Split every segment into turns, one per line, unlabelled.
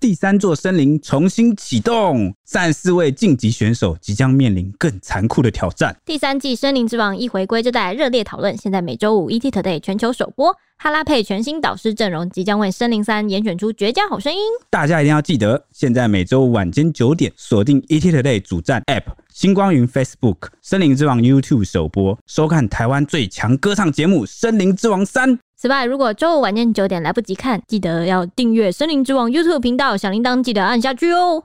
第三座森林重新启动，三十四位晋级选手即将面临更残酷的挑战。
第三季《森林之王》一回归就带来热烈讨论，现在每周五 ET Today 全球首播。哈拉佩全新导师阵容即将为《森林三》严选出绝佳好声音。
大家一定要记得，现在每周五晚间九点锁定 ET Today 主站 App、星光云 Facebook、森林之王 YouTube 首播，收看台湾最强歌唱节目《森林之王三》。
此外，如果周五晚间九点来不及看，记得要订阅《森林之王》YouTube 频道，小铃铛记得按下去哦。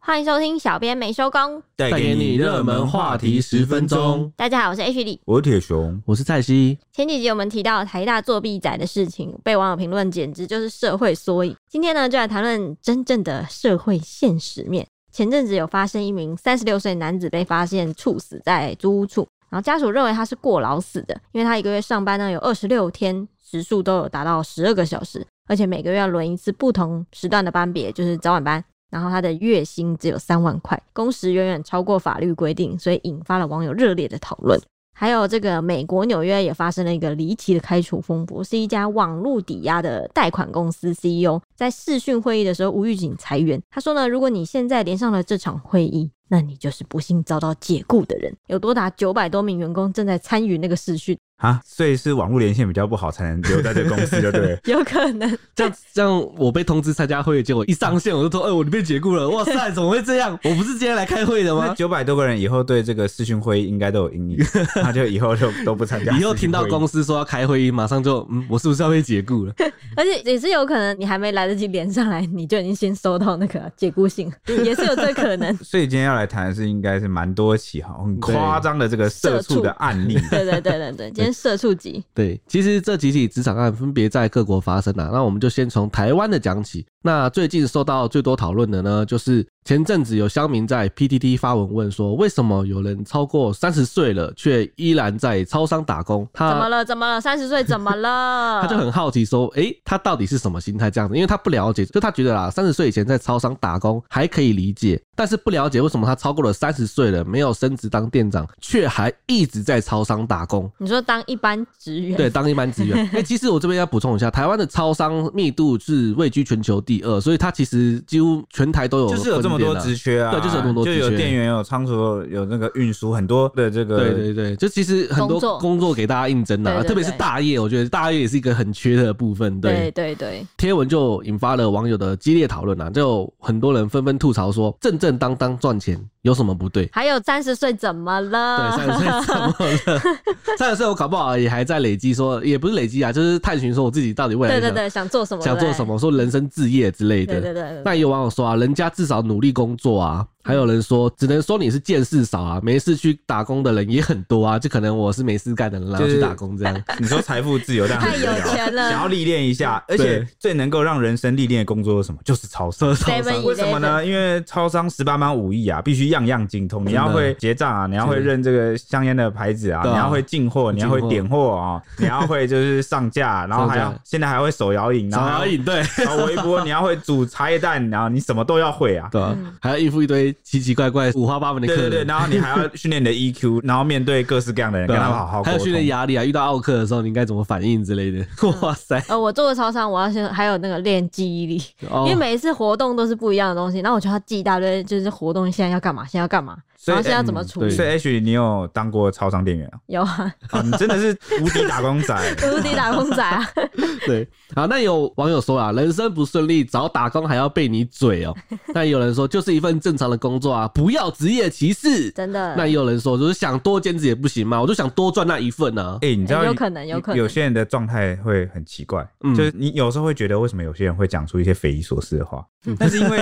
欢迎收听《小编没收工》，
带
带给你热门话题十分钟。
大家好，我是 H 李。
我是铁熊，
我是蔡西，
前几集我们提到台大作弊仔的事情，被网友评论简直就是社会缩影。今天呢，就来谈论真正的社会现实面。前阵子有发生一名三十六岁男子被发现猝死在租屋处，然后家属认为他是过劳死的，因为他一个月上班呢有二十六天，时数都有达到十二个小时，而且每个月要轮一次不同时段的班别，就是早晚班。然后他的月薪只有三万块，工时远远超过法律规定，所以引发了网友热烈的讨论。还有这个美国纽约也发生了一个离奇的开除风波，是一家网络抵押的贷款公司 CEO 在视讯会议的时候无预警裁员。他说呢，如果你现在连上了这场会议，那你就是不幸遭到解雇的人。有多达九百多名员工正在参与那个视讯，
啊，所以是网络连线比较不好，才能留在这个公司，就对 了
有可能
这样这样，我被通知参加会议，结果一上线我就说，哎、我你被解雇了，哇塞，怎么会这样？ 我不是今天来开会的
那
吗？
九百多个人以后对这个视讯会议应该都有 阴影，他就以后就都不参加视讯会议。。
以后听到公司说要开会议，马上就，嗯，我是不是要被解雇了？
而且也是有可能，你还没来得及连上来，你就已经先收到那个解雇信，也是有这可能
所以今天要来谈的是，应该是蛮多起哈，很夸张的这个社畜的案例。
对对对对对，今天社畜级，
对，其实这几起职场案分别在各国发生啊。那我们就先从台湾的讲起。那最近受到最多讨论的呢，就是前阵子有乡民在 PTT 发文问说，为什么有人超过三十岁了，却依然在超商打工？ 他
怎么了？怎么了？三十岁怎么了？
他就很好奇说，诶、他到底是什么心态这样子？因为他不了解，就他觉得啦，三十岁以前在超商打工还可以理解，但是不了解为什么他超过了三十岁了，没有升职当店长，却还一直在超商打工。
你说当一般职员，
对，当一般职员。 哎、其实我这边要补充一下，台湾的超商密度是位居全球第二，所以它其实几乎全台 都有分店啊，
就是有这么多职缺啊，
对就是有这么多职缺
就有店员、有仓储、有那个运输，很多的这个
对对对，就其实很
工
多
作
工作给大家应征
对
啊，
对
特别是
对
大业，我觉得大业也是一个很缺的部分。对，
对对对，
贴文就引发了网友的激烈讨论啊，就有很多人纷纷吐槽说，正正当当赚钱有什么不对？
还有三十岁怎么
对，
了？
三十岁怎么了？三十岁我搞不好也还在累积说，也不是累积啊，就是探寻说我自己到底未来
对
想
对对，想做什么？嗯
想做什？么，说人生置业之类
对
的。
对对对，
那也有网友说啊，人家至少努力工作啊，还有人说只能说你是见识少啊，没事去打工的人也很多啊，就可能我是没事干的人，然后
就是
去打工这样。
你说财富自由，但
太有钱了
啊想要历练一下，而且
对
最能够让人生历练的工作是什么？就是超 商。
7-Eleven
为什么呢？因为超商十八般武艺啊，必须样样精通。你要会结账啊，你要会认这个香烟的牌子啊，
对啊
你要会进货，你要会
进货
点货啊，你要会就是上架，然后还要
上架
现在还会手摇饮，然
然
后还
后还
要
要引对
然后微波，你要会煮茶叶蛋，然后你什么都要会 啊。
对啊、还要应付一堆奇奇怪怪、五花八门的客
对对
人。
对，然后你还要训练你的 EQ，然后面对各式各样的人，
对
跟
啊
他们好好沟
还有训练
通。
压力啊，遇到奥克的时候你应该怎么反应之类的。 哇塞，
呃，我做过超商，我要先还有那个练记忆力，
哦
嗯因为每一次活动都是不一样的东西，然后我就要记一大堆，就是活动现在要干嘛，现在要干嘛，
所以嗯
然后现在要怎么处
对
理？
所以 H，你有当过超商店员啊？
有啊，
啊你真的是无敌打工 仔。
无敌打工仔啊，
对，好，那有网友说啊，人生不顺利，找打工还要被你 嘴哦。那有人说，就是一份正常的工作啊，不要职业歧视。
真的
那也有人说，就是想多兼职也不行嘛，我就想多赚那一份呢、啊。
哎、你知道、
有可能有可能
有些人的状态会很奇怪，
嗯
就是你有时候会觉得为什么有些人会讲出一些匪夷所思的话，
嗯
但是因 为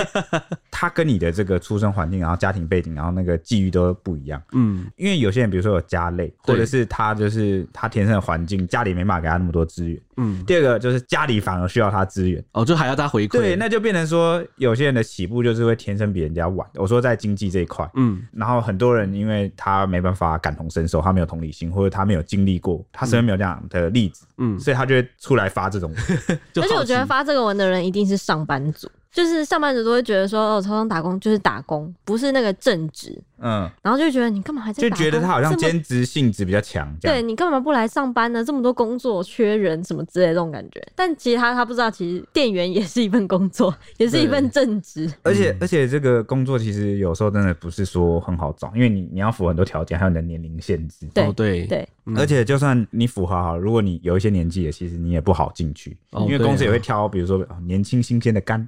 他跟你的这个出生环境，然后家庭背景，然后那个际遇都不一样。
嗯，
因为有些人，比如说有家累，或
对
者是他就是他天生的环境，家里没办法给他那么多资源。
嗯，
第二个就是家里反而需要他资源，
哦，就还要他回馈。
对，那就变成说有些人的起步就是会天生比人家晚。我说在经济这一块，
嗯，
然后很多人因为他没办法感同身受，他没有同理心，或者他没有经历过，他身边没有这样的例子，
嗯
所以他就会出来发这种。
就
而且
好
我觉得
奇
发这个文的人一定是上班族，就是上班族都会觉得说，哦，超商打工就是打工，不是那个正职，
嗯，
然后就觉得你干嘛还在
就
打工？
觉得他好像
这么
兼职性质比较强，这
啊对
样。
你干嘛不来上班呢？这么多工作缺人什么之类的这种感觉，但其实他他不知道，其实店员也是一份工作，也是一份正职。
而且
嗯
而且这个工作其实有时候真的不是说很好找，因为你你要符合很多条件，还有你的年龄限制。
对
哦对
对，
嗯
而且就算你符合好，如果你有一些年纪了，其实你也不好进去，
哦
因为
对啊
公司也会挑，比如说、哦年轻新鲜的 肝。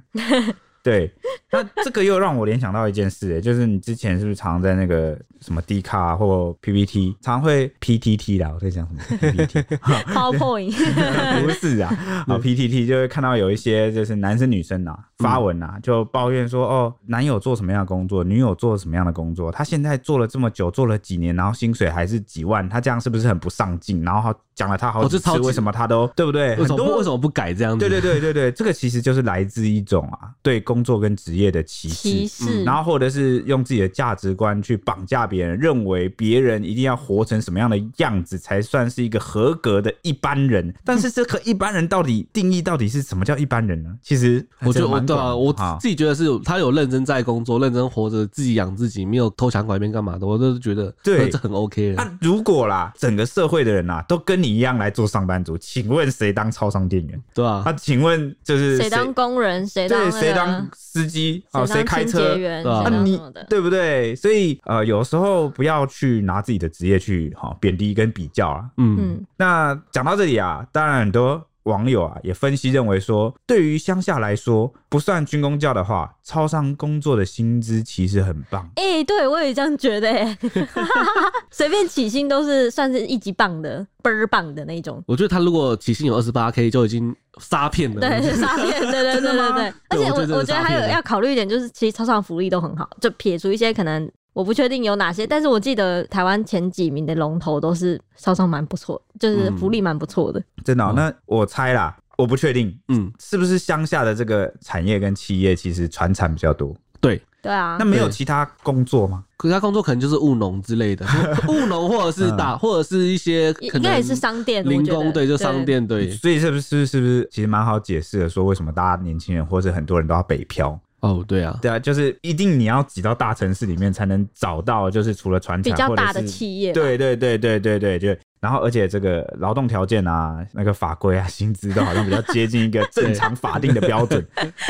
对，那这个又让我联想到一件事、欸，就是你之前是不是常在那个什么 D 卡啊或 PPT，常会 PTT 啦，我在讲什么 PPT？
PowerPoint
不是啊，啊 PTT 就会看到有一些就是男生女生啊
嗯
发文啊，就抱怨说哦，男友做什么样的工作，女友做什么样的工作，他现在做了这么久，做了几年，然后薪水还是几万，他这样是不是很不上进？然后好讲了他好
哦这
几次，
超级
为什么他都对不对？
为
很
什么不
多
为什么不改这样子？
对对对对对，这个其实就是来自一种啊对工作跟职业的歧视
歧。视，
然后或者是用自己的价值观去绑架别人，认为别人一定要活成什么样的样子才算是一个合格的一般人。但是这个一般人到底定义到底是什么叫一般人呢？其实还
我觉
真的
得我
蛮
对
广
啊，
的
我
哈
自己觉得是有他有认真在工作，认真活着，自己养自己，没有偷抢拐骗干嘛的，我都是觉得
对
呃这很 OK 的。
啊，如果啦，整个社会的人啊，都跟你一样来做上班族，请问谁当超商店员？
对啊
啊，，请问就是
谁当工人，谁当哦
对
那
谁
个
当司机啊？谁
当
开
清
车
洁？员，
对啊
谁
啊
当
你
什么的。
对不对？所以呃，有时候不要去拿自己的职业去哈贬低跟比较啊，
嗯，
嗯，
那讲到这里啊，当然很多网友啊也分析认为说，对于乡下来说，不算军工教的话，超商工作的薪资其实很棒。
哎、对我也这样觉得、 欸，随便起薪都是算是一级棒的，倍儿棒的那种。
我觉得他如果起薪有二十八 K 就已经杀骗了。
对，是诈骗，对对对
真的
对
吗
对。而
对
且
我觉得这
我我
是
觉得
诈
还
骗
有
的
要考虑一点，就是其实超商福利都很好，就撇除一些可能我不确定有哪些，但是我记得台湾前几名的龙头都是超商蛮不错，就是福利蛮不错的。
真的哦、
嗯
那我猜啦，我不确定
嗯，
是不是乡下的这个产业跟企业其实传产比较多。
对。
对啊
那，没有
对
其他工作吗？
可是他工作可能就是务农之 类的，务农或者是
嗯
打，或者是一些
应
可
应
能
该也是商店，我
零
觉
工，
得
对，就商。店，对。
所以是不是是不是其实蛮好解释的，说为什么大家年轻人或者很多人都要北漂？
哦，对啊，
对啊，就是一定你要挤到大城市里面才能找到，就是除了传
比
产
较
或者
大的
是
企业吧，
对对对对对对，就然后而且这个劳动条件啊，那个法规啊， 薪资都好像比较接近一个正常法定的标准。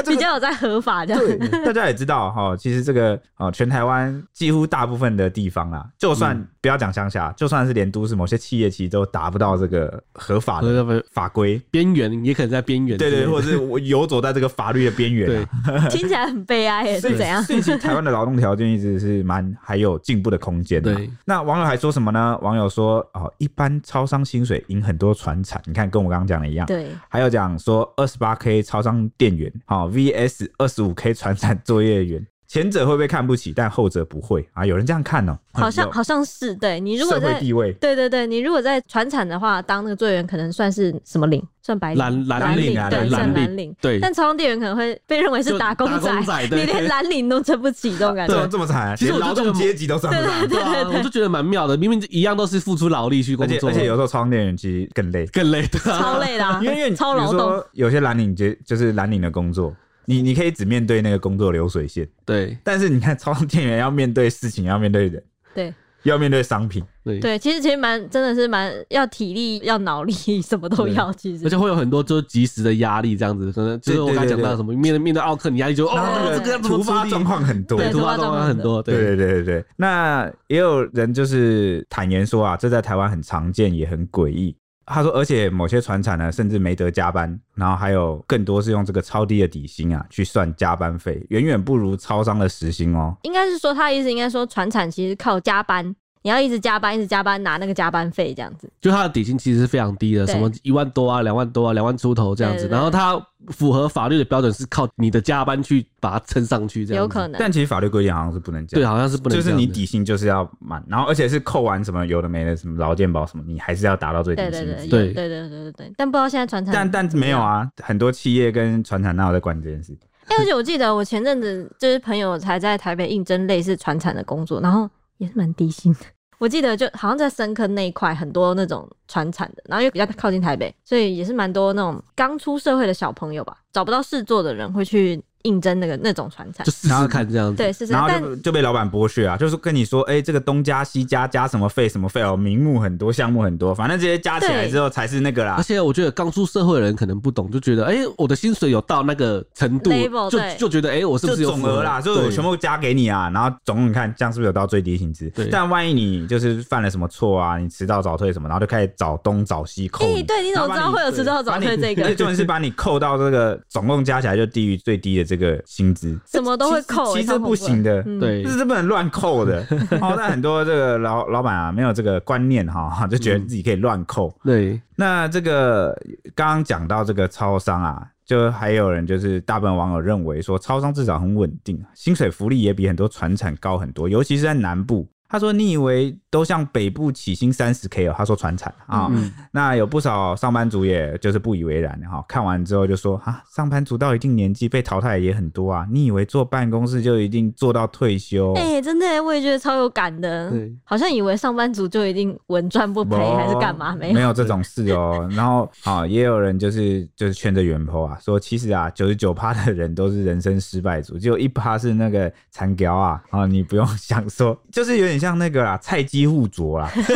比较有在合法这样。
对，大家也知道哈、其实这个呃，全台湾几乎大部分的地方啦，就算、不要讲乡下，就算是连都市某些企业，其实都达不到这个合法
和
的
那个
法规。
边缘也可能在边缘之
对
类的，
对，或者是我游走在这个法律的边缘、
对
啊。，
听起来很悲哀耶，
所以
哎是怎样？
所以其实台湾的劳动条件一直是蛮还有进步的空间啊的。
对
那网友还说什么呢？网友说哦，一般超商薪水赢很多船产，你看跟我刚刚讲的一样。
对，
还有讲说二十八 K 超商店员，好、VS 二十五 K 船产作业员，前者会被看不起，但后者不会啊。有人这样看哦，
好像
有
好像是对你如果
社会
在。
地位。
对对对，你如果在船产的话，当那个作员可能算是什么领？算白领、
蓝蓝
领
领啊
对，
蓝
算
领
蓝领。
对
但超商店员可能会被认为是
就
打工
打工仔 对
你连蓝领都撑不起这种感
怎么
觉。
这么惨、
其实
连劳
我就觉
动
得
阶级都上不来，
对啊，我就觉得蛮妙的，明明一样都是付出劳力去
而
工
且
作，
而且有时候超商店员其实更累，
更累的啊，
超累的、啊，
因为因为
超劳
比如
动，
说有些蓝领就就是蓝领的工作，你你可以只面对那个工作流水线，
对
但是你看超商店员要面对事情，要面对人，
对
要面对商品，
对。
对，其实其实蛮真的是蛮要体力，要脑力，什么都
对
要。其实
而且会有很多就是及时的压力，这样子，可能就是我刚才讲到什么，面对面对奥克，你压力就
然后
哦，
那
这个
个
要怎么
突
处
发
理
状？况很多。
对，
对
突发
突发
状
状
况
况
很多，
对对
对
对对对，那也有人就是坦言说啊，这在台湾很常见，也很诡异。他说，而且某些船产呢，甚至没得加班，然后还有更多是用这个超低的底薪啊去算加班费，远远不如超商的时薪哦。
应该是说他的意思，应该说船产其实靠加班，你要一直加班，一直加班拿那个加班费这样子。
就他的底薪其实是非常低的，
对
什么一万多啊、两万多啊、两万出头这样子。
对对对
然后他符合法律的标准是靠你的加班去把它撑上去，这样
有
子
可能。
但其实法律规定好像是不能这
对，
样，
好像是不能
就是
这样
你
的
底薪就是要满，然后而且是扣完什么有的没的，什么劳健保什么，你还是要达到最低
对
薪
对
资。
对
对
对对对对对，但不知道现在船产
但但
怎么
没有
样
啊，很多企业跟船厂哪有在管这件事？
哎、而且我记得我前阵子就是朋友才在台北应征类似船产的工作，然后也是蛮低薪的。我记得就好像在深坑那一块很多那种船产的，然后又比较靠近台北，所以也是蛮多那种刚出社会的小朋友吧，找不到事做的人会去应征那个那种传产
就。试试看这样子。
对，是这
然
样。
后
但
就就被老板剥削啊，就是跟你说，哎、这个东加西加加什么费什么费哦，名目很多，项目很多，反正这些加起来
对
之后才是那个啦
而。且我觉得刚出社会的人可能不懂，就觉得哎、我的薪水有到那个程度
Level，
就
对
就觉得哎、我是不
就是
有
总额啦，就是我全
部
部加给你啊，然后总共你看这样是不是有到最低薪资
对？
但万一你就是犯了什么错啊，你迟到早退什么，然后就开始找东找西扣
哎、
你。
对，你怎么知道会有迟到早退这
而且
个？
重点是把你扣到这个总共加起来就低于最低的这个薪资，
什么都会扣、
其
欸，
实其
超
实
恐
不
怖
行的。
嗯
对
这是不能乱扣的哦，但很多这个老老板啊，没有这个观念哈、 就觉得自己可以乱扣。
对
那这个刚刚讲到这个超商啊，就还有人就是大部分网友认为说，超商至少很稳定，薪水福利也比很多船产高很多，尤其是在南部。他说：“你以为都像北部起薪三十 K 哦？”他说：“船产啊、
嗯
那有不少上班族也就是不以为然哈、看完之后就说：“啊，上班族到一定年纪被淘汰也很多啊！你以为坐办公室就一定做到退休？
哎、真的欸，我也觉得超有感的
对。
好像以为上班族就一定稳赚不赔，还是干嘛？没
没啊
有，
有这种事 哦。然后啊、也有人就是就是劝着袁坡啊，说其实啊，九十九趴的人都是人生失败组，只有一趴是那个残雕啊啊、你不用想说，就是有点像那个啦， 菜鸡互啄啦， 就是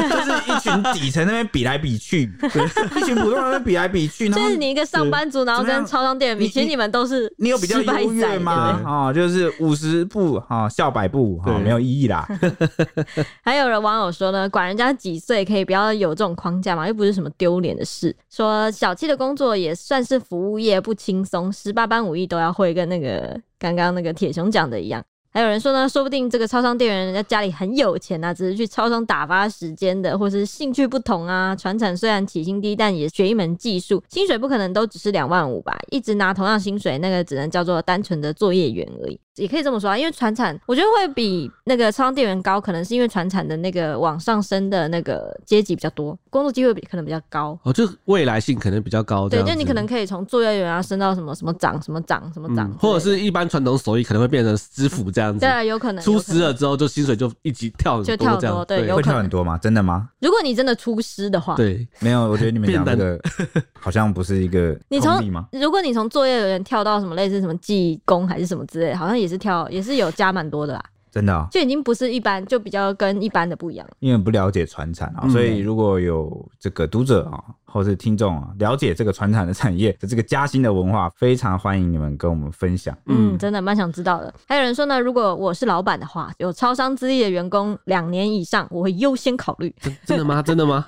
一群底层那边比来比去， 一群普通人那边比来比去，然
就
后
是你一个上班族，然后
怎么
跟
样
超商店比，
你
其实
你
你们都是
你有比较
失败
优越
仔对
吗
不？对
啊、就是五十步啊、笑百步啊、
对
没有意义啦。
还有人网友说呢，管人家几岁可以不要有这种框架嘛，又不是什么丢脸的事。说小七的工作也算是服务业，不轻松，十八般武艺都要会，跟那个刚刚那个铁熊讲的一样。还有人说呢，说不定这个超商店员人家家里很有钱啊，只是去超商打发时间的，或是兴趣不同啊。传产虽然起薪低，但也学一门技术，薪水不可能都只是两万五吧？一直拿同样薪水，那个只能叫做单纯的作业员而已。也可以这么说啊，因为传产我觉得会比那个超商店员高，可能是因为传产的那个往上升的那个阶级比较多，工作机会比可能比较高。
哦，就未来性可能比较高这
对，
样
就
子。
你可能可以从作业员啊升到什么什么长、什么长、什么长之类
嗯，
的，
或者是一般传统手艺可能会变成师傅这样子
对，啊，有可能
出
有可能
师了之后就薪水就一级跳很
就跳很
这
多
样。
对
会
有可
跳
能
很多吗？真的吗？
如果你真的出师的话，
对，
没有，我觉得你们讲这
变
个好像不是一个
你从
同理吗？
如果你从作业员跳到什么类似什么技工还是什么之类的，好像也是跳，也是有加蛮多的啦，
真的、哦，
就已经不是一般，就比较跟一般的不一样了。
因为不了解传产啊，
嗯
所以如果有这个读者啊，或是听众啊，了解这个传产的产业的这个加薪的文化，非常欢迎你们跟我们分享。
嗯，
嗯
真的蛮想知道的。还有人说呢，如果我是老板的话，有超商资历的员工两年以上，我会优先考虑，
真的吗？真的吗？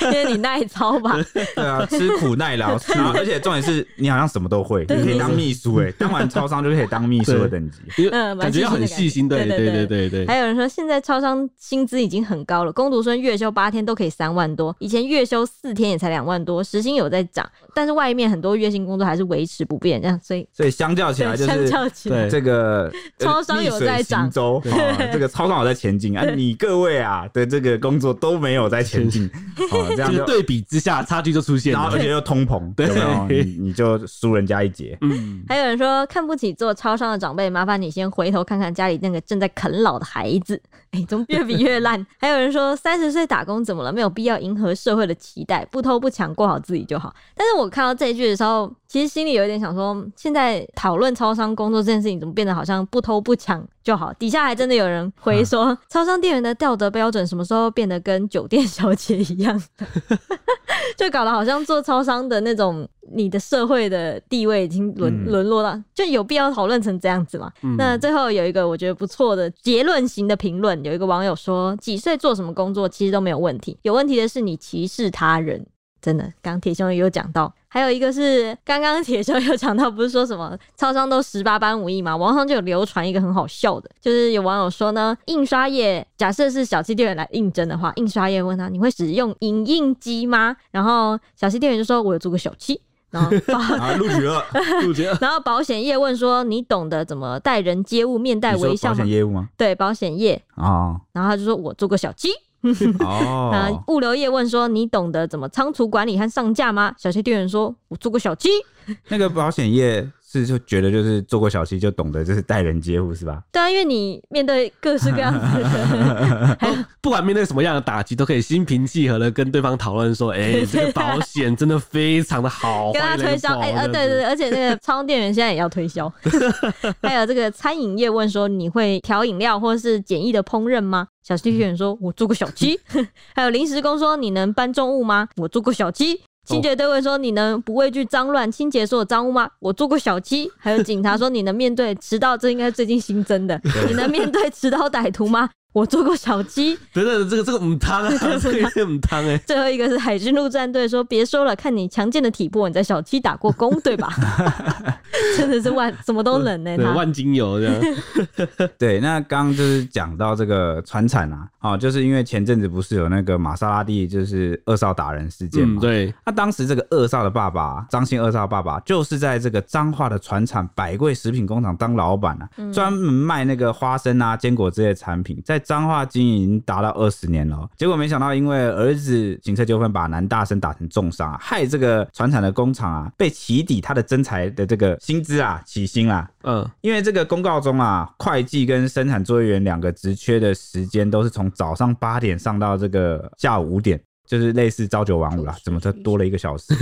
因为你耐操吧。
对啊，吃苦耐劳，然后 而且重点是你好像什么都会，
对
你可以当秘书哎、当完超商就可以当秘书的等级。
因为
嗯蛮
感觉要很
细
细心，对
心的感觉
对
对
对对对。
还有人说，现在超商薪资已经很高了，工读生月休八天都可以三万多，以前月休四天也才两万多，时薪有在涨，但是外面很多月薪工作还是维持不变，这样所以
所以相较起来，就
相
是
较起来，
对
这个
超商有在涨
逆水行舟啊，这个超商有在前进啊，你各位啊的这个工作都没有在前进啊，这样就
这个对比之下，差距就出现
然后而
了。
且又通膨，有没有？
对
你你就输人家一截。
嗯，
还有人说看不起做超商的长辈，麻烦你先回头看看家里那个正在啃老的孩子，哎、怎么越比越烂？ 还有人说三十岁打工怎么了？没有必要迎合社会的期待，不偷不抢，过好自己就好。但是我看到这一句的时候，其实心里有一点想说，现在讨论超商工作这件事情，怎么变得好像不偷不抢就好？底下还真的有人回说，超商店员的道德标准什么时候变得跟酒店小姐一样？ 就搞得好像做超商的那种，你的社会的地位已经沦
嗯
沦落到，就有必要讨论成这样子吗？那最后有一个我觉得不错的结论型的评论，有一个网友说：几岁做什么工作其实都没有问题，有问题的是你歧视他人。真的，刚刚铁兄也有讲到，还有一个是刚刚铁兄有讲到，不是说什么超商都十八般武艺嘛？网上就有流传一个很好笑的，就是有网友说呢，印刷业假设是小七店员来应征的话，印刷业问他你会使用影印机吗？然后小七店员就说我有做过小七，然后
啊，录取了，
杜绝
然后保险业问说你懂得怎么待人接物、面 带
你说
微笑
保
吗
险？业务吗？
对，保险业。
哦
然后他就说我做过小七。那、
哦，
物流业问说你懂得怎么仓储管理和上架吗？小七店员说我做过小七。
那个保险业是就觉得就是做过小七就懂得就是待人接物是吧？
对啊，因为你面对各式各样子的，还有
哦不管面对什么样的打击，都可以心平气和的跟对方讨论说：“ 哎、这个保险真的非常的好，
跟他
欢迎来
推销，
保
哎、呃，对对，对，而且那个超商店员现在也要推销。 还有这个餐饮业问说，你会调饮料或是简易的烹饪吗？小鸡店员说，我做过小鸡。 还有临时工说，你能搬重物吗？我做过小鸡。清洁队问说：“你能不畏惧脏乱清洁所有脏污吗？”我做过小鸡。还有警察说：“你能面对迟到？这应该是最近新增的。你能面对迟到歹徒吗？我做过小鸡。”
等等，这个这个母 汤啊，这个有点母汤哎，
最后一个是海军陆战队说：“别说了，看你强健的体魄，你在小七打过工，对吧？”真的是万什么都能呢、
对，
他
万金油这样，嗯
对，那刚刚就是讲到这个船产啊，哦，就是因为前阵子不是有那个玛莎拉蒂就是二少打人事件
嗯，
嘛，
对，
那当时这个二少的爸爸张姓二少的爸爸，就是在这个彰化的船厂百贵食品工厂当老板啊，专、门卖那个花生啊、坚果之类的产品，在彰化经营达到二十年了哦。结果没想到，因为儿子警车纠纷，把男大生打成重伤啊，害这个船厂的工厂啊被起底他的真才的这个薪资啊、起薪啊，
嗯，
因为这个公告中啊，会计跟生产作业员两个职缺的时间都是从早上八点上到这个下午五点，就是类似朝九晚五啦，怎么就多了一个小时？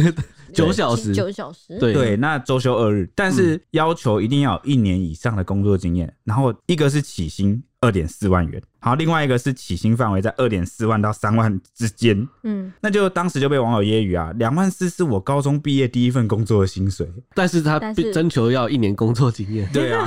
九小时，
九小时，
对
对，那周休二日，但是要求一定要有一年以上的工作经验，然后一个是起薪二点四万元，好，另外一个是起薪范围在二点四万到三万之间，
嗯，
那就当时就被网友揶揄啊，两万四是我高中毕业第一份工作的薪水，
但是他
但
必
是
征求要一年工作经验，
对 啊，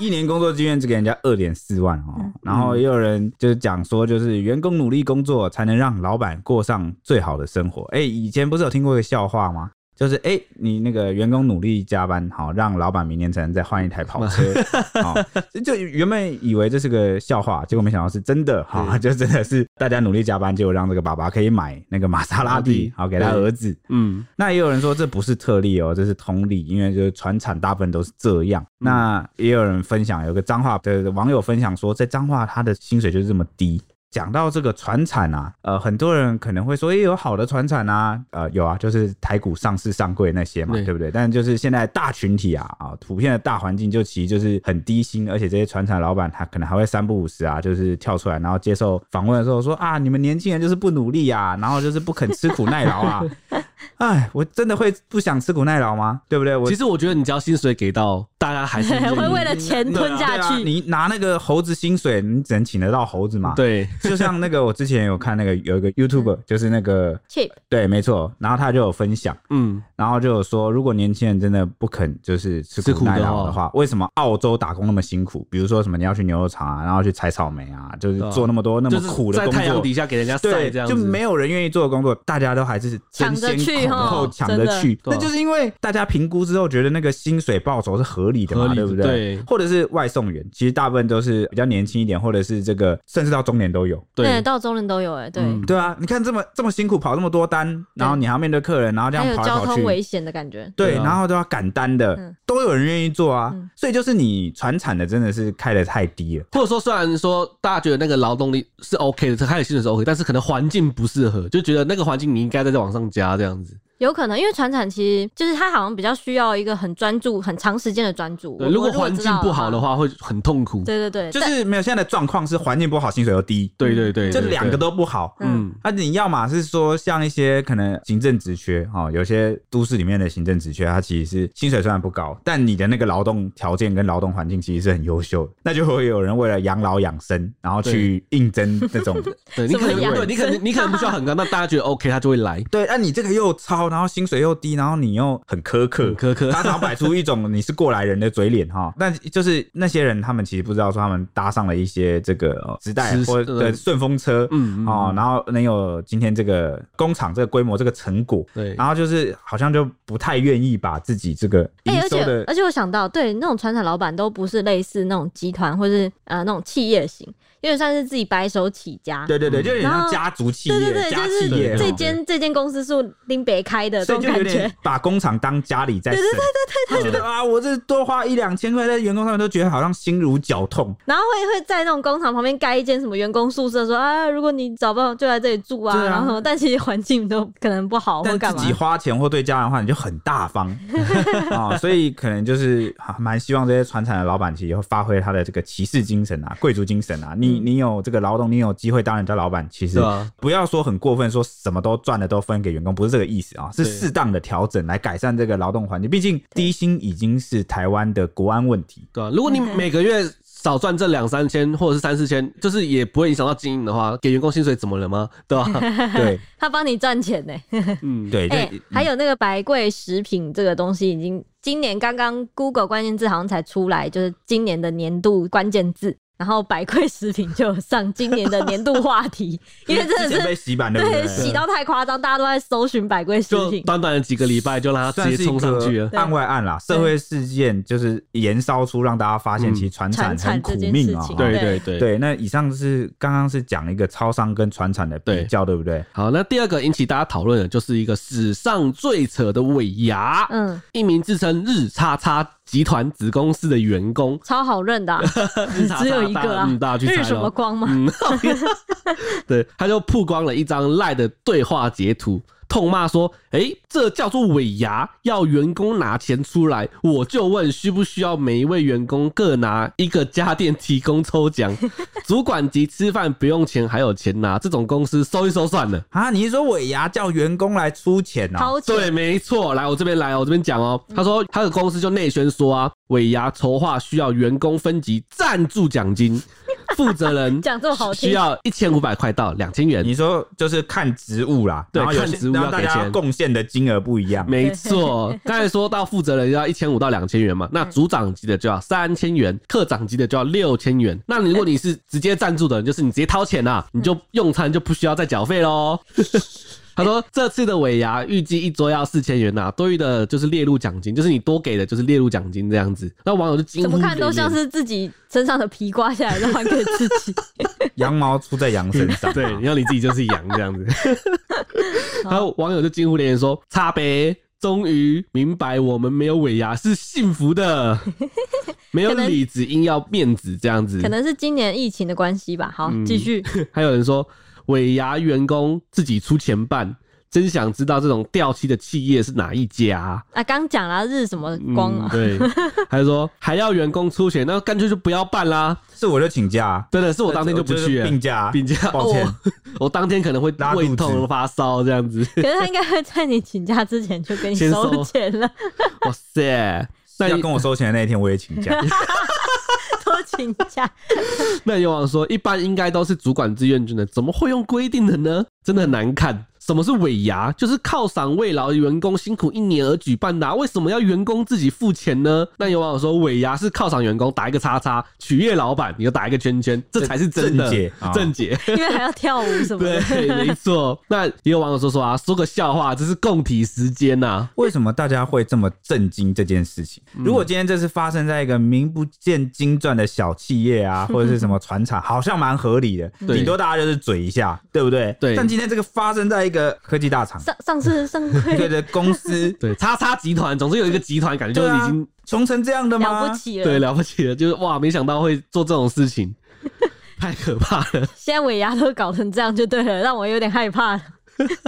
你一年工作经验只给人家二点四万哦。然后也有人就是讲说，就是员工努力工作才能让老板过上最好的生活。哎，以前不是有听过一个笑话吗？就是哎，你那个员工努力加班，好、让老板明年才能再换一台跑 车。好、就原本以为这是个笑话，结果没想到是真的。好、
对
就真的是大家努力加班，结果让这个爸爸可以买那个玛莎拉蒂，好、给他
对
儿子。
嗯，
那也有人说这不是特例哦，这是同理，因为就是船产大部分都是这样。那也有人分享，有个彰化的网友分享说，在彰化他的薪水就是这么低。讲到这个船产啊，呃，很多人可能会说，也、有好的船产啊，呃，有啊，就是台股上市上柜那些嘛，
对
对不对？但就是现在大群体啊，啊，普遍的大环境就其实就是很低薪，而且这些船产老板他可能还会三不五时啊，就是跳出来，然后接受访问的时候说啊，你们年轻人就是不努力啊，然后就是不肯吃苦耐劳啊，哎，我真的会不想吃苦耐劳吗？对不对？我
其实我觉得你只要薪水给到，大家还是愿意
会 为了钱吞下
对啊
去。
你拿那个猴子薪水，你只能请得到猴子嘛。，
对，
就像那个我之前有看那个有一个 YouTuber，就是那个
cheap，
对，没错，然后他就有分享，
嗯，
然后就有说，如果年轻人真的不肯就是吃
吃苦
苦耐
的
劳
话
的话，为什么澳洲打工那么辛苦？比如说什么你要去牛肉厂啊，然后去采草莓啊，就是
对啊
做那么多那
就
么
是
苦的
在
工
太阳
作
底。下给人家晒
对
这，样子，
就没有人愿意做的工作，大家都还是争先
抢着去
恐后
齁
抢着去，
真
那
的
就是因为大家评估之后觉得那个薪水报酬是合理的
合
嘛，
理的
对不对？
对
或者是外送员，其实大部分都是比较年轻一点，或者是这个甚至到中年都有。
对，
到中人都有哎、对，
嗯
对啊，你看这么这么辛苦跑这么多单，然后你还要面对客人，然后这
还
样
有
跑来
交
跑去
通，危险的感觉。
对，
对啊
然后都要赶单的，
嗯
都有人愿意做啊。
嗯
所以就是你传产的真的是开的太低了。
或者说，虽然说大家觉得那个劳动力是 OK 的，他的薪水是 OK，但是可能环境不适合，就觉得那个环境你应该再再往上加这样子。
有可能，因为船产其实就是它好像比较需要一个很专注、很长时间的专注。
对，
我
如果
我
环
知
境
道
不好的话，会很痛苦
话，。对对对，
就
但
是没有现在的状况是环境不好，薪水又低，
对对对，
这
对
两个，都不好。
嗯
嗯，
啊，你要嘛是说像一些可能行政职缺哦，有些都市里面的行政职缺，它其实是薪水虽然不高，但你的那个劳动条件跟劳动环境其实是很优秀的，那就会有人为了养老养生，然后去应征那 种。
对你可能
什么养
对你可能你可能不需要很 高，那大家觉得 OK，他就会来。
对，那、你这个又超，然后薪水又低，然后你又很苛刻，
很苛刻
他常摆出一种你是过来人的嘴脸哈。但就是那些人，他们其实不知道说他们搭上了一些这个呃直带
是
或
是
者顺风车，
嗯嗯
哦
嗯，
然后能有今天这个工厂这个规模这个成果，
对
然后就是好像就不太愿意把自己这个营
哎、而
收
且
的
而且我想到，对那种船厂老板都不是类似那种集团或是呃那种企业型，有点算是自己白手起家。
对对对，
嗯
就有点
然
像
后
家族企
对对
业、
对，
家
就
企业
是这
哦
间这间公司是林北开的这
所以
种
就有
感觉
点。把工厂当家里在省。
对对对对
他觉得啊，我这多花一两千块在员工上面，都觉得好像心如绞痛。
然后会会在那种工厂旁边盖一间什么员工宿舍，说啊，如果你找不到就来这里住啊，
对啊
然后但其实环境都可能不好或
但
哦干
自
嘛
己。花钱或对家人花，你就很大方 啊、所以可能就是啊蛮希望这些传产的老板其实会发挥他的这个骑士精神啊、贵族精神啊。你
嗯
你有这个劳动，你有机会当人家老板，其实
对啊
不要说很过分，说什么都赚的都分给员工，不是这个意思啊，是
对
适当的调整来改善这个劳动环境。毕竟低薪已经是台湾的国安问 题。
对啊，如果你每个月少赚这两三千或者是三四千，就是也不会影响到经营的话，给员工薪水怎么了吗？对 吧、
对
他帮你赚钱呢、
嗯，
对，
哎、
就
还有那个白贵食品这个东西，已经今年刚刚 Google 关键字好像才出来，就是今年的年度关键字，然后白贵食品就有上今年的年度话题，因为真
之
的
前
是
被洗版，对不
对
对？
洗到太夸张，大家都在搜寻百贵食
就
品。
短短的几个礼拜就让它
算
直
是
接
一
冲上
个
去了。
对
案外案啦，社会事件就是延烧出让大家发现，
嗯
其实船产
传产
很
这
苦
件
命
事
啊、
情
对
对
对对。
对，那以上是刚刚是讲一个超商跟船产的比较，对不对？
好，那第二个引起大家讨论的就是一个史上最扯的尾牙。
嗯，
一名自称日叉叉集团子公司的员工，
超好认的啊、
日叉叉
只有一个啊
大家嗯，大家去猜
日
咯
什么光吗？
嗯， 对，他就曝光了一张赖的对话截图，痛骂说：“诶，这叫做尾牙，要员工拿钱出来，我就问需不需要每一位员工各拿一个家电提供抽奖，主管级吃饭不用钱还有钱拿，这种公司收一收算了。”
啊，你是说尾牙叫员工来出钱 啊？
掏钱
嗯对，没错。来，我这边来，我这边讲哦。
嗯
他说他的公司就内宣说啊，尾牙筹划需要员工分级赞助奖金， 负责人
讲这么好听
需要一千五百块到两千元。
你说就是看职务啦，
对
然后有
看
些
职务
然
要
后大
给
家
钱
贡献的金额不一样。
没错，刚才说到负责人要一千五到两千元嘛，
嗯
那组长级的就要三千元，科长级的就要六千元。那你如果你是直接赞助的人，就是你直接掏钱
嗯
啊，你就用餐就不需要再缴 费喽。他说这次的尾牙预计一桌要四千元呐、啊多余的就是列入奖金，就是你多给的就是列入奖金这样子。那网友就惊
怎
呼
么
连
看
连，
都像是自己身上的皮刮下来，然后还给自 己。
嗯
羊毛出在羊身上、
对，然后你自己就是羊 这样子。然后网友就惊呼连连说：“差呗，终于明白我们没有尾牙是幸福 的，没有
可能
里子硬要面子这样子。
可”能是今年疫情的关系吧。好，
嗯
继续。
还有人说尾牙员工自己出钱办，真想知道这种掉漆的企业是哪一家、
啊，刚讲了日什么
嗯
光啊，
对，还有说还要员工出钱，那干脆就不要办啦。
是我就请假啊，
真的是我当天就不
是
去、
病假啊，
病假哦
抱歉，
我 当天可能会
拉肚
胃痛
子
发烧这样子。
可是他应该会在你请假之前就给你
先
收
收
钱了，
哇 塞，那
要
你
啊跟我收钱的那一天我也请 假。
多请假。
那有网友说，一般应该都是主管志愿军的，怎么会用规定的呢？真的很难看。什么是尾牙？就是犒赏慰劳员工辛苦一年而举办的、啊，为什么要员工自己付钱呢？那有网友说，尾牙是犒赏员工，打一个叉叉，取悦老板，你就打一个圈圈，这才是真的
正解啊
正解。
因为还要跳舞什么的。
对，没错。那也有网友说说啊，说个笑话，这是共体时间呐、
为什么大家会这么震惊这件事情？
嗯
如果今天这是发生在一个名不见经传的小企业啊，或者是什么船厂，好像蛮合理的，
对
顶多大家就是嘴一下，对不对？
对，
但今天这个发生在一个科技大厂，
上上次上会
对的公司
对，叉叉集团，总是有一个集团，感觉就
对
是已
啊
经，
穷成这样的
了不
吗？
起
对
了，
了不起了，就是哇，没想到会做这种 事情，太可怕了。
现在尾牙都搞成这样就对了，让我有点害怕了。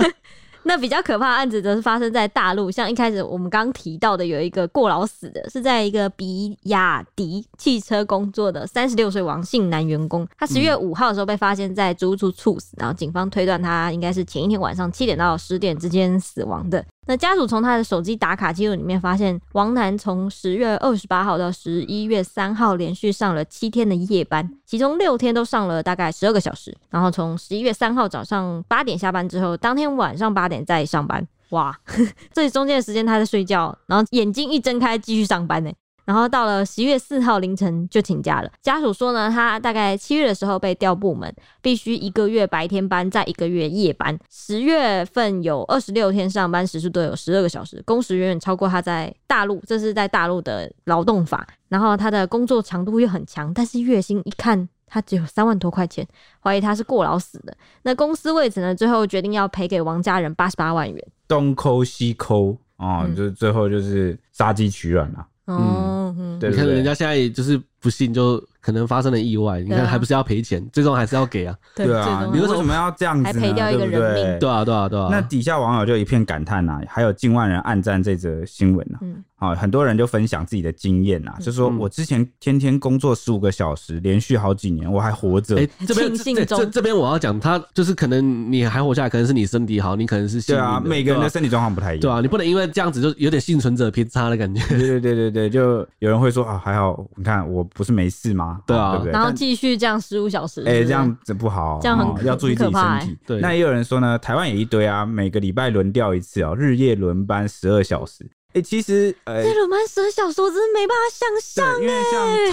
那比较可怕的案子则是发生在大陆，像一开始我们刚提到的有一个过劳死的，是在一个比亚迪汽车工作的三十六岁王姓男员工，他十月五号的时候被发现在租屋处猝死，然后警方推断他应该是前一天晚上七点到十点之间死亡的。那家属从他的手机打卡记录里面发现，王楠从十月二十八号到十一月三号连续上了七天的夜班，其中六天都上了大概十二个小时，然后从十一月三号早上八点下班之后，当天晚上八点再上班。哇， 这中间的时间他在睡觉，然后眼睛一睁开继续上班呢。然后到了十月四号凌晨就请假了。家属说呢，他大概七月的时候被调部门，必须一个月白天班，再一个月夜班。十月份有二十六天上班时数都有十二个小时，工时远远超过他在大陆，这是在大陆的劳动法。然后他的工作强度又很强，但是月薪一看。他只有三万多块钱，怀疑他是过劳死的。那公司为此呢，最后决定要赔给王家人八十八万元。
东抠西抠哦，
嗯
就最后就是杀鸡取卵啦。
哦，嗯
对
你
不
看
对？
人家现在就是不幸就可能发生了意外，你
对
看
啊
还不是要赔钱，最终还是要给啊，
对
对啊，你
最
为
终
什么要这样子呢？
还赔掉一个
对不
人
对
命
对啊，对啊，对啊。
那底下网友就一片感叹呐、还有近万人暗赞这则新闻呐、啊。
嗯
很多人就分享自己的经验呐、啊就说
嗯
我之前天天工作十五个小时，连续好几年，我还活着。
哎、这边
庆幸
这这这
中
这边我要讲，他就是可能你还活下来，可能是你身体好，你可能是幸
对
运的
啊，每个人的身体状况不太一
对
样。
啊，你不能因为这样子就有点幸存者偏差的感觉。
对对对对对，就有人会说啊，还好，你看我不是没事吗？哦
对啊
对不对？
然后
但
继续这样十五小时，
哎、
是不是
这样子不好哦，
嗯这样很
哦
可
要注意自己
很可怕
身
哎
体。
对
那也有人说呢，台湾也一堆啊，每个礼拜轮调一次哦，日夜轮班十二小时。哎、其实呃，
这轮班蛇小时，我真是没办法想象。
对，因为
欸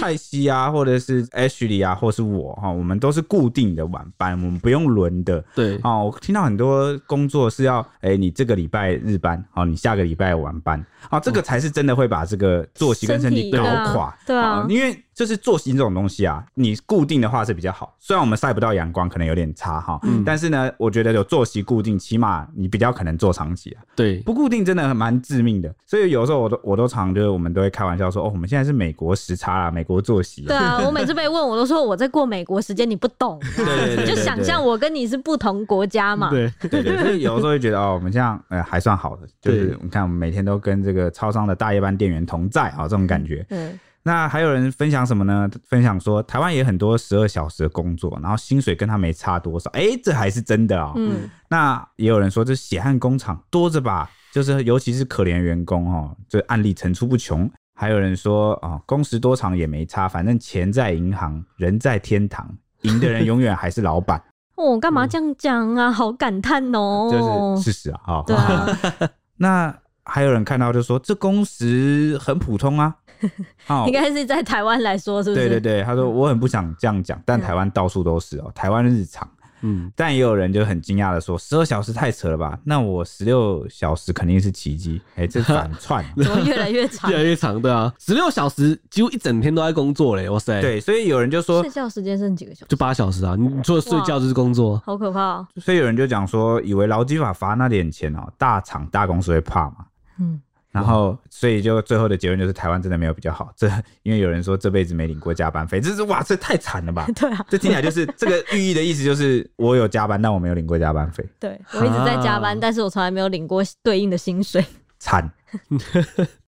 像蔡西啊，或者是 Ashley 啊，或是我哈，我们都是固定的晚班，我们不用轮的。
对，
哦，我听到很多工作是要，哎、你这个礼拜日班，哦，你下个礼拜晚班，哦，这个才是真的会把这个作息跟身体
身体
搞
对啊
垮，
对啊
哦因为就是作息这种东西啊，你固定的话是比较好，虽然我们晒不到阳光，可能有点差哈，
嗯
但是呢，我觉得有作息固定，起码你比较可能做长期啊。
对，
不固定真的蛮致命的，所以有时候我都我都常就是我们都会开玩笑说，哦，我们现在是美国时差啦，美国作息
对
啊。
啊，我每次被问，我都说我在过美国时间，你不 懂啊，
对对对
你就想象我跟你是不同国家嘛。
对，
对对，所以有时候会觉得哦，我们这样呃还算好的，就是
对
你看我们每天都跟这个超商的大夜班店员同在啊、哦，这种
嗯
感觉。
对，
那还有人分享什么呢？分享说台湾也很多十二小时的工作，然后薪水跟他没差多少，哎，这还是真的哦。
嗯，
那也有人说，这血汗工厂多着吧，就是尤其是可怜员工哦，这案例层出不穷。还有人说啊、哦，工时多长也没差，反正钱在银行，人在天堂，赢的人永远还是老板，
哦我干嘛这样讲啊？好感叹
这
哦
是。事实啊。哦
对啊，
那还有人看到就说，这工时很普通 啊。哦
应该是在台湾来说，是嗯不是？
对对对，他说我很不想这样讲，但台湾到处都是哦，台湾日常。
嗯，
但也有人就很惊讶的说，十二小时太扯了吧？那我十六小时肯定是奇迹。哎、 这反串。
怎么越来越长
越？来越长， 对啊，十六小时几乎一整天都在工作嘞，哇塞，，
对，所以有人就说
睡，觉时间剩几个小时？
就八小时啊，你你除了睡觉就是工作，
好可怕哦。
所以有人就讲说，以为劳基法罚那点钱哦，大厂大公司会怕嘛？
嗯，？
然后，所以就最后的结论就是，台湾真的没有比较好。这因为有人说这辈子没领过加班费，这是哇，这太惨了吧
对啊，
这听起来就是这个寓意的意思，就是我有加班，但我没有领过加班费，
对我一直在加班，
啊
但是我从来没有领过对应的薪水。
惨。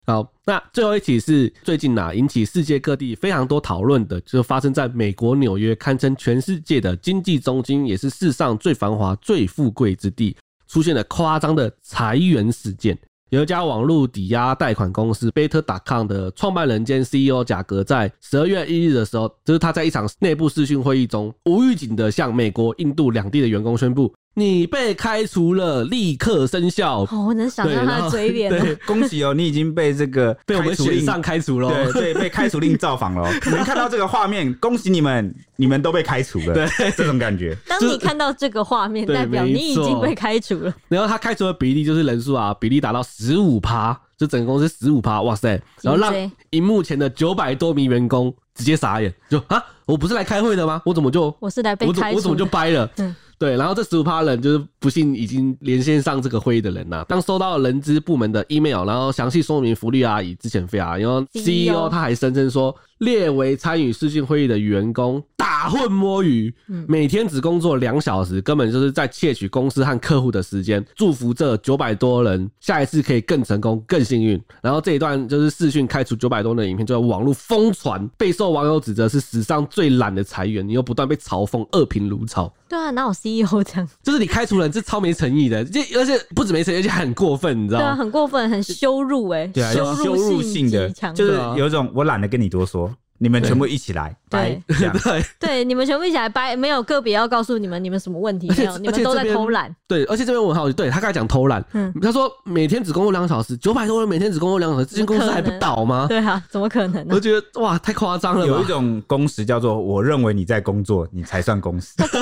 好，那最后一题是最近啊引起世界各地非常多讨论的，就是发生在美国纽约，堪称全世界的经济中心，也是世上最繁华、最富贵之地，出现了夸张的裁员事件。有一家网络抵押贷款公司 Better.com 的创办人兼 CEO 贾格在十二月一日的时候，就是他在一场内部视讯会议中，无预警的向美国、印度两地的员工宣布：“你被开除了，立刻生效。
哦，我能想
对
象他
然
的
后
嘴脸哦。
对
恭喜哦，你已经被这个
被我们
开除
选
令
上开除了。
对对，被开除令造访 了哦。你们看到这个画面，恭喜你们，你们都被开除了。对，这种感觉。
当
就是
你看到这个画面，
对
代表
没
你已经
错
被开除了。
然后他开除的比例就是人数啊，比例达到十五趴，就整个公司十五趴，哇塞！然后让
紧
荧幕前的九百多名员工直接傻眼，就啊，我不是来开会的吗？我怎么就
我是来被
我怎
开除的
我怎么就掰了？
嗯
对，然后这十五趴人就是不幸已经连线上这个会议的人呐、当收到人资部门的 email，然后详细说明福利啊、以资遣费啊，然后
CEO
CEO 他还声称说，列为参与视讯会议的员工打混摸鱼，每天只工作两小时，根本就是在窃取公司和客户的时间。祝福这九百多人下一次可以更成功、更幸运。然后这一段就是视讯开除九百多人的影片，就在网络疯传，备受网友指责是史上最懒的裁员，你又不断被嘲讽，恶评如潮。
对啊，哪有 CEO 这样？
就是你开除人，这超没诚意的，这而且不止没诚意，而且很过分，你知道
对啊，
吗？
很过分，很羞辱哎、
对啊，有羞
辱
辱性的
极，强
就是
对啊
有一种我懒得跟你多说，你们全部一起来，
对啊
拜 这样
对
对，你们全部一起来掰，没有个别要告诉你们你们什么问题，
而且
没有，你
而且
们都在
这边
偷懒。
对，而且这边我好对他刚才讲偷懒，
嗯
他说每天只工作两小时，九百多人每天只工作两小时，这间公司还不倒吗？
对啊，怎么可能呢、
我觉得哇，太夸张了吧！
有一种工时叫 做我认为你在工作，你才算工时，对不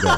对？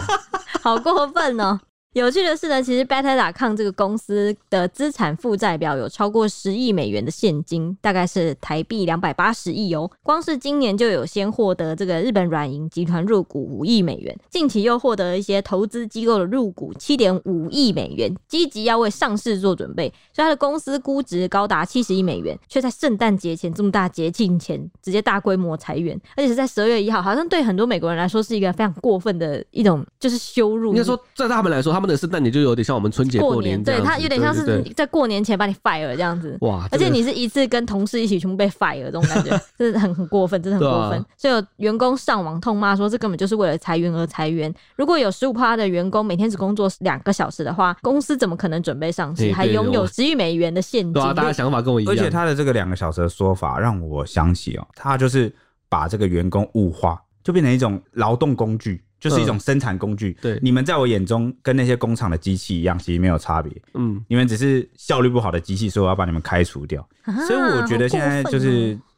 好过分哦、有趣的是呢，其实 Better.com 这个公司的资产负债表有超过十亿美元的现金，大概是台币两百八十亿哦。光是今年就有先获得这个日本软银集团入股五亿美元，近期又获得一些投资机构的入股七点五亿美元，积极要为上市做准备。所以它的公司估值高达七十亿美元，却在圣诞节前这么大节庆前直接大规模裁员，而且是在十二月一号，好像对很多美国人来说是一个非常过分的一种就是羞辱。
应该说，在他们来说，他们的圣诞节就有点像我们春节
过
年这
对
样子，
他有点像
对对
是
对
在过年前把你 fire 这样子。
哇，
而且
这个
你是一次跟同事一起全部被 fire 这种感 觉，真的很很过分，真的很
对啊
过分。所以有员工上网痛骂说，这根本就是为了裁员而裁员。如果有十五趴的员工每天只工作两个小时的话，公司怎么可能准备上市，
对
还
对
拥有
我
十亿美元的现金？
对啊，大家想法跟我一样，
而且他的这个两个小时的说法，让我想起哦，他就是把这个员工物化，就变成一种劳动工具，就是一种生产工具。
嗯对
你们在我眼中跟那些工厂的机器一样，其实没有差别，
嗯，
你们只是效率不好的机器，所以我要把你们开除掉。
啊
所以我觉得现在就
好过分哦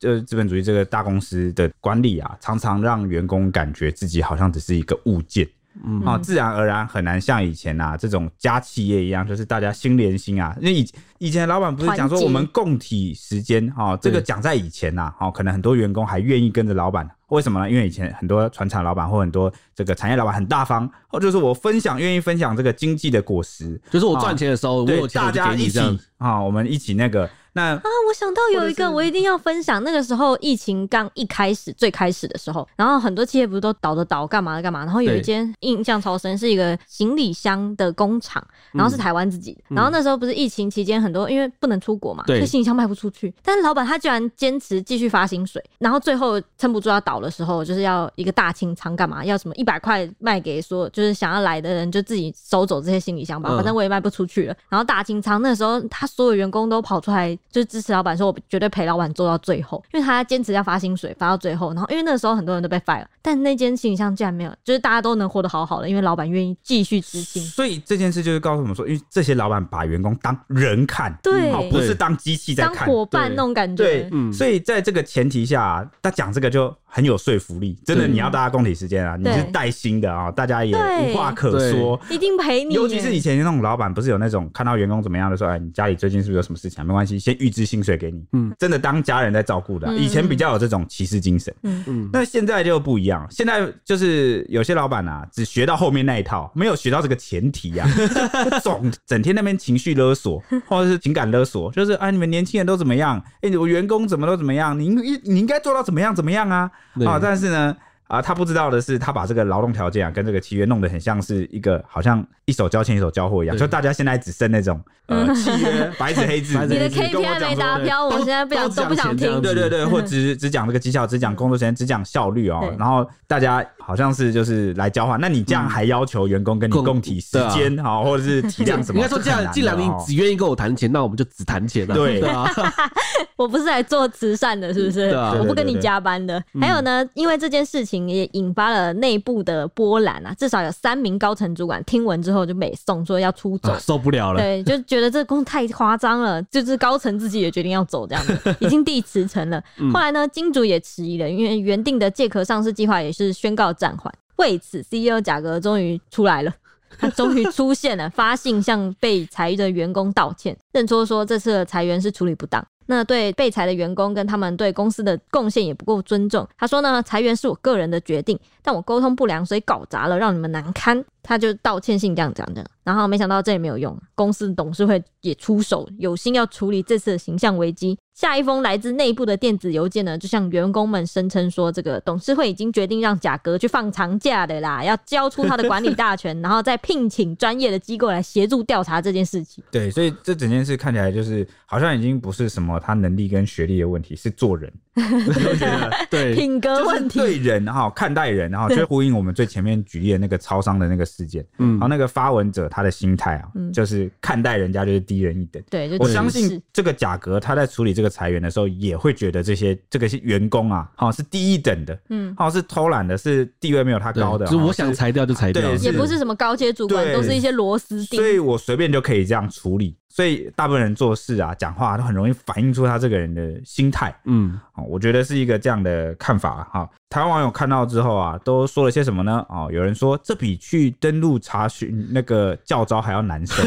是呃资本主义这个大公司的管理啊，常常让员工感觉自己好像只是一个物件，
嗯
啊，自然而然很难像以前啊这种家企业一样，就是大家心连心啊。因为以以前的老板不是讲
团
说
结
我们共体时间啊，这个
对
讲在以前呐、啊，哦，可能很多员工还愿意跟着老板。为什么呢？因为以前很多船厂老板或很多这个产业老板很大方，哦，就是我分享，愿意分享这个经济的果实，
就是我赚钱的时候，我
啊对
有钱
大
我就
家
给
一
你
起
这样，
啊、我们一起那个那
啊，我想到有一
或
个
者是
我一定要分享，那个时候疫情刚一开始最开始的时候，然后很多企业不是都倒的倒干嘛的干嘛，然后有一
对
间印象超深是一个行李箱的工厂，然
嗯
后是台湾自己的，然后那时候不是疫情期间很多因为不能出国嘛，
对
所以行李箱卖不出去，但是老板他居然坚持继续发薪水，然后最后撑不住要倒的时候，就是要一个大清仓干嘛，要什么一百块卖给说就是想要来的人就自己收走这些行李箱吧，
嗯
反正我也卖不出去了。然后大清仓那时候，他所有员工都跑出来，就是支持老板，说我绝对陪老板做到最后，因为他坚持要发薪水发到最后。然后因为那时候很多人都被 fire，了但那间行李箱竟然没有，就是大家都能活得好好的，因为老板愿意继续执行。
所以这件事就是告诉我们说，因为这些老板把员工当人看，
对
哦，不是当机器在
当
看。
伙伴
对
那种感
对
觉，，
嗯
所以在这个前提下、他讲这个就很有说服力。真的，
对
你要大家共体时间啊，你
对
是带薪的啊，大家也
对
无话可说。
一定陪你耶。
尤其是以前那种老板，不是有那种看到员工怎么样的说，哎，你家里最近是不是有什么事情、啊？没关系，先预支薪水给你。
嗯
真的当家人在照顾的啊、
嗯
以前比较有这种骑士精神。
嗯，
那现在就不一样，现在就是有些老板啊，只学到后面那一套，没有学到这个前提啊， 就总整天那边情绪勒索，或者是情感勒索，就是啊，你们年轻人都怎么样？哎、我员工怎么都怎么样？你应你应该做到怎么样怎么样啊？
对
啊，但是呢。啊，他不知道的是，他把这个劳动条件啊跟这个契约弄得很像是一个好像一手交钱一手交货一样，
对
就大家现在只剩那种 呃契约白纸黑字，
白纸
你的
黑字
KPI 没达
对
标，我
都
现在不想
都
不想
讲钱这
听
样。
对
子
对对，或只只讲这个绩效，只讲工作时间，只讲效率哦
对。
然后大家好像是就是来交换，那你这样还要求员工跟你
共啊
共体时间哈，或者是体谅什么？
应该说，既
这很
然
难
既然
的
你
哦
只愿意跟我谈钱，那我们就只谈钱了，
对
对啊，
我不是来做慈善的，是不是？
对嗯啊
我不跟
对对
你
对
加班的。还有呢，因为这件事情也引发了内部的波澜啊，至少有三名高层主管听闻之后就美送，说要出走。
啊受不了了，
对，就觉得这工太夸张了， 就是高层自己也决定要走，这样子已经地辞呈了。 后来呢，金主也迟疑了，因为原定的借壳上市计划也是宣告暂缓。为此，CEO 贾格终于出来了。他终于出现了，发信向被裁的员工道歉，认错说这次的裁员是处理不当。那对被裁的员工跟他们对公司的贡献也不够尊重。他说呢，裁员是我个人的决定，但我沟通不良，所以搞砸了，让你们难堪。他就道歉信这样讲的，然后没想到这也没有用，公司董事会也出手，有心要处理这次的形象危机。下一封来自内部的电子邮件呢，就向员工们声称说，这个董事会已经决定让贾格去放长假的啦，要交出他的管理大权，然后再聘请专业的机构来协助调查这件事情。
对，所以这整件事看起来就是好像已经不是什么他能力跟学历的问题，是做人，你有没有觉得
对，
品格
就是
问题，
对人哈，看待人哈，就呼应我们最前面举例的那个超商的那个事件，然
嗯
后，那个发文者他的心态啊，就是看待人家就是低人一等。
对，就
我
歧
相
视
信这个贾格他在处理这个裁员的时候，也会觉得这些这个是员工啊，好、是低一等的，
嗯，
好、是偷懒的，是地位没有他
对
高的，
就是
哦
我想。裁掉就裁掉，
对
嗯也不
是
是什么高阶主管，
对
都是一些螺丝钉
所。以我随便就可以这样处理，所以大部分人做事啊、讲话都很容易反映出他这个人的心态
嗯，
哦。我觉得是一个这样的看法哈、台湾网友看到之后啊，都说了些什么呢？哦，有人说这比去登录查询那个教招还要难受。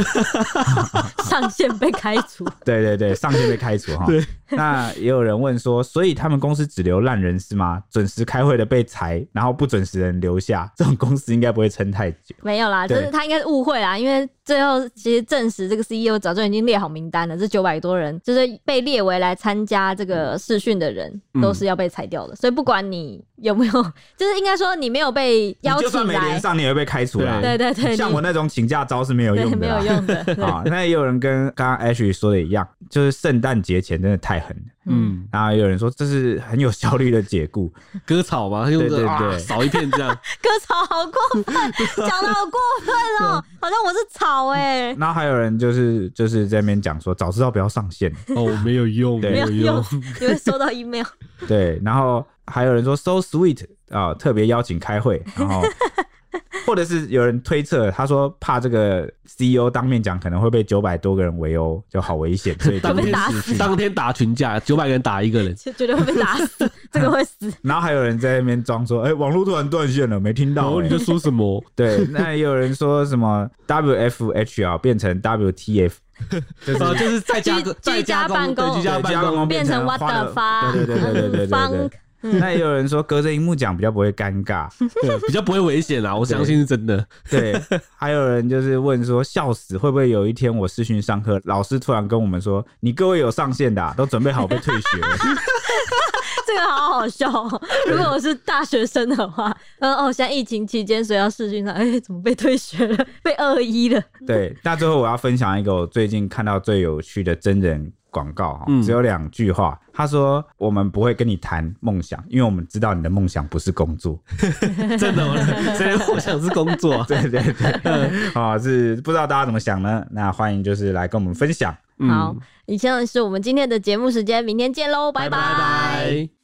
上线被开除，
对对对，上线被开 除哈。
对，
那也有人问说，所以他们公司只留烂人是吗？准时开会的被裁，然后不准时的人留下，这种公司应该不会撑太久。
没有啦，
对
这是他应该是误会啦，因为最后其实证实这个 CEO 早就已经列好名单了，这九百多人就是被列为来参加这个试训的人
嗯
都是要被裁掉的，所以不管你有没有， 就是应该说你没有被邀
你就
请
算没连
来，
上，你也会被开除啦。
对对 对，
像
你
我那种请假招是没有
对
用的
没有
啦。
用的， 对
啊、那也有人跟刚刚 Ashley 说的一样，就是圣诞节前真的太狠了。
嗯，
嗯，
然后也有人说这是很有效率的解 雇，
割草嘛，用
对对
个啊
对
扫一片这样，
割草好过分，讲的好过 分哦，好像我是草哎、
然后还有人就是就是在那边讲说早知道不要上线，
哦，没有用，
对
没有用，
你会收到 email，
对，然后还有人说 so sweet 啊、特别邀请开会，然后或者是有人推测他说怕这个 CEO 当面讲可能会被九百多个人围殴，就好危 险，所以就
当
被
天
打
打当天打群架，九百个人打一个人，
就绝对会被打 死，这个会死。
然后还有人在那边装说哎、网络突然断线了，没听
然
到、
哦
后
欸
你就说什么？
对，那也有人说什么 WFHR 变成 WTF，就是
啊，就是在家
居
在
居家办公
对居家
对
办
办
公，
变成 what
花
the
了
fuck，
对对对对对对对
funk 嗯
对。那也有人说隔着荧幕讲比较不会尴尬，
对，比较不会危险啊 啦，我相信是真 的。
对。还有人就是问说笑死，会不会有一天我视讯上课，老师突然跟我们说，你各位有上线的啊、都准备好被退学了。
这个好好笑、哦。如果我是大学生的话，嗯哦，现在疫情期间，谁要试训上？哎、怎么被退学了？被二一了？
对，那最后我要分享一个我最近看到最有趣的真人广告哈
嗯，
只有两句话。他说：“我们不会跟你谈梦想，因为我们知道你的梦想不是工作。
真的，我谁让我想是工作啊？
对对对，啊、是不知道大家怎么想呢？那欢迎就是来跟我们分享。
嗯
好，以上是我们今天的节目时间，明天见喽，拜
拜拜。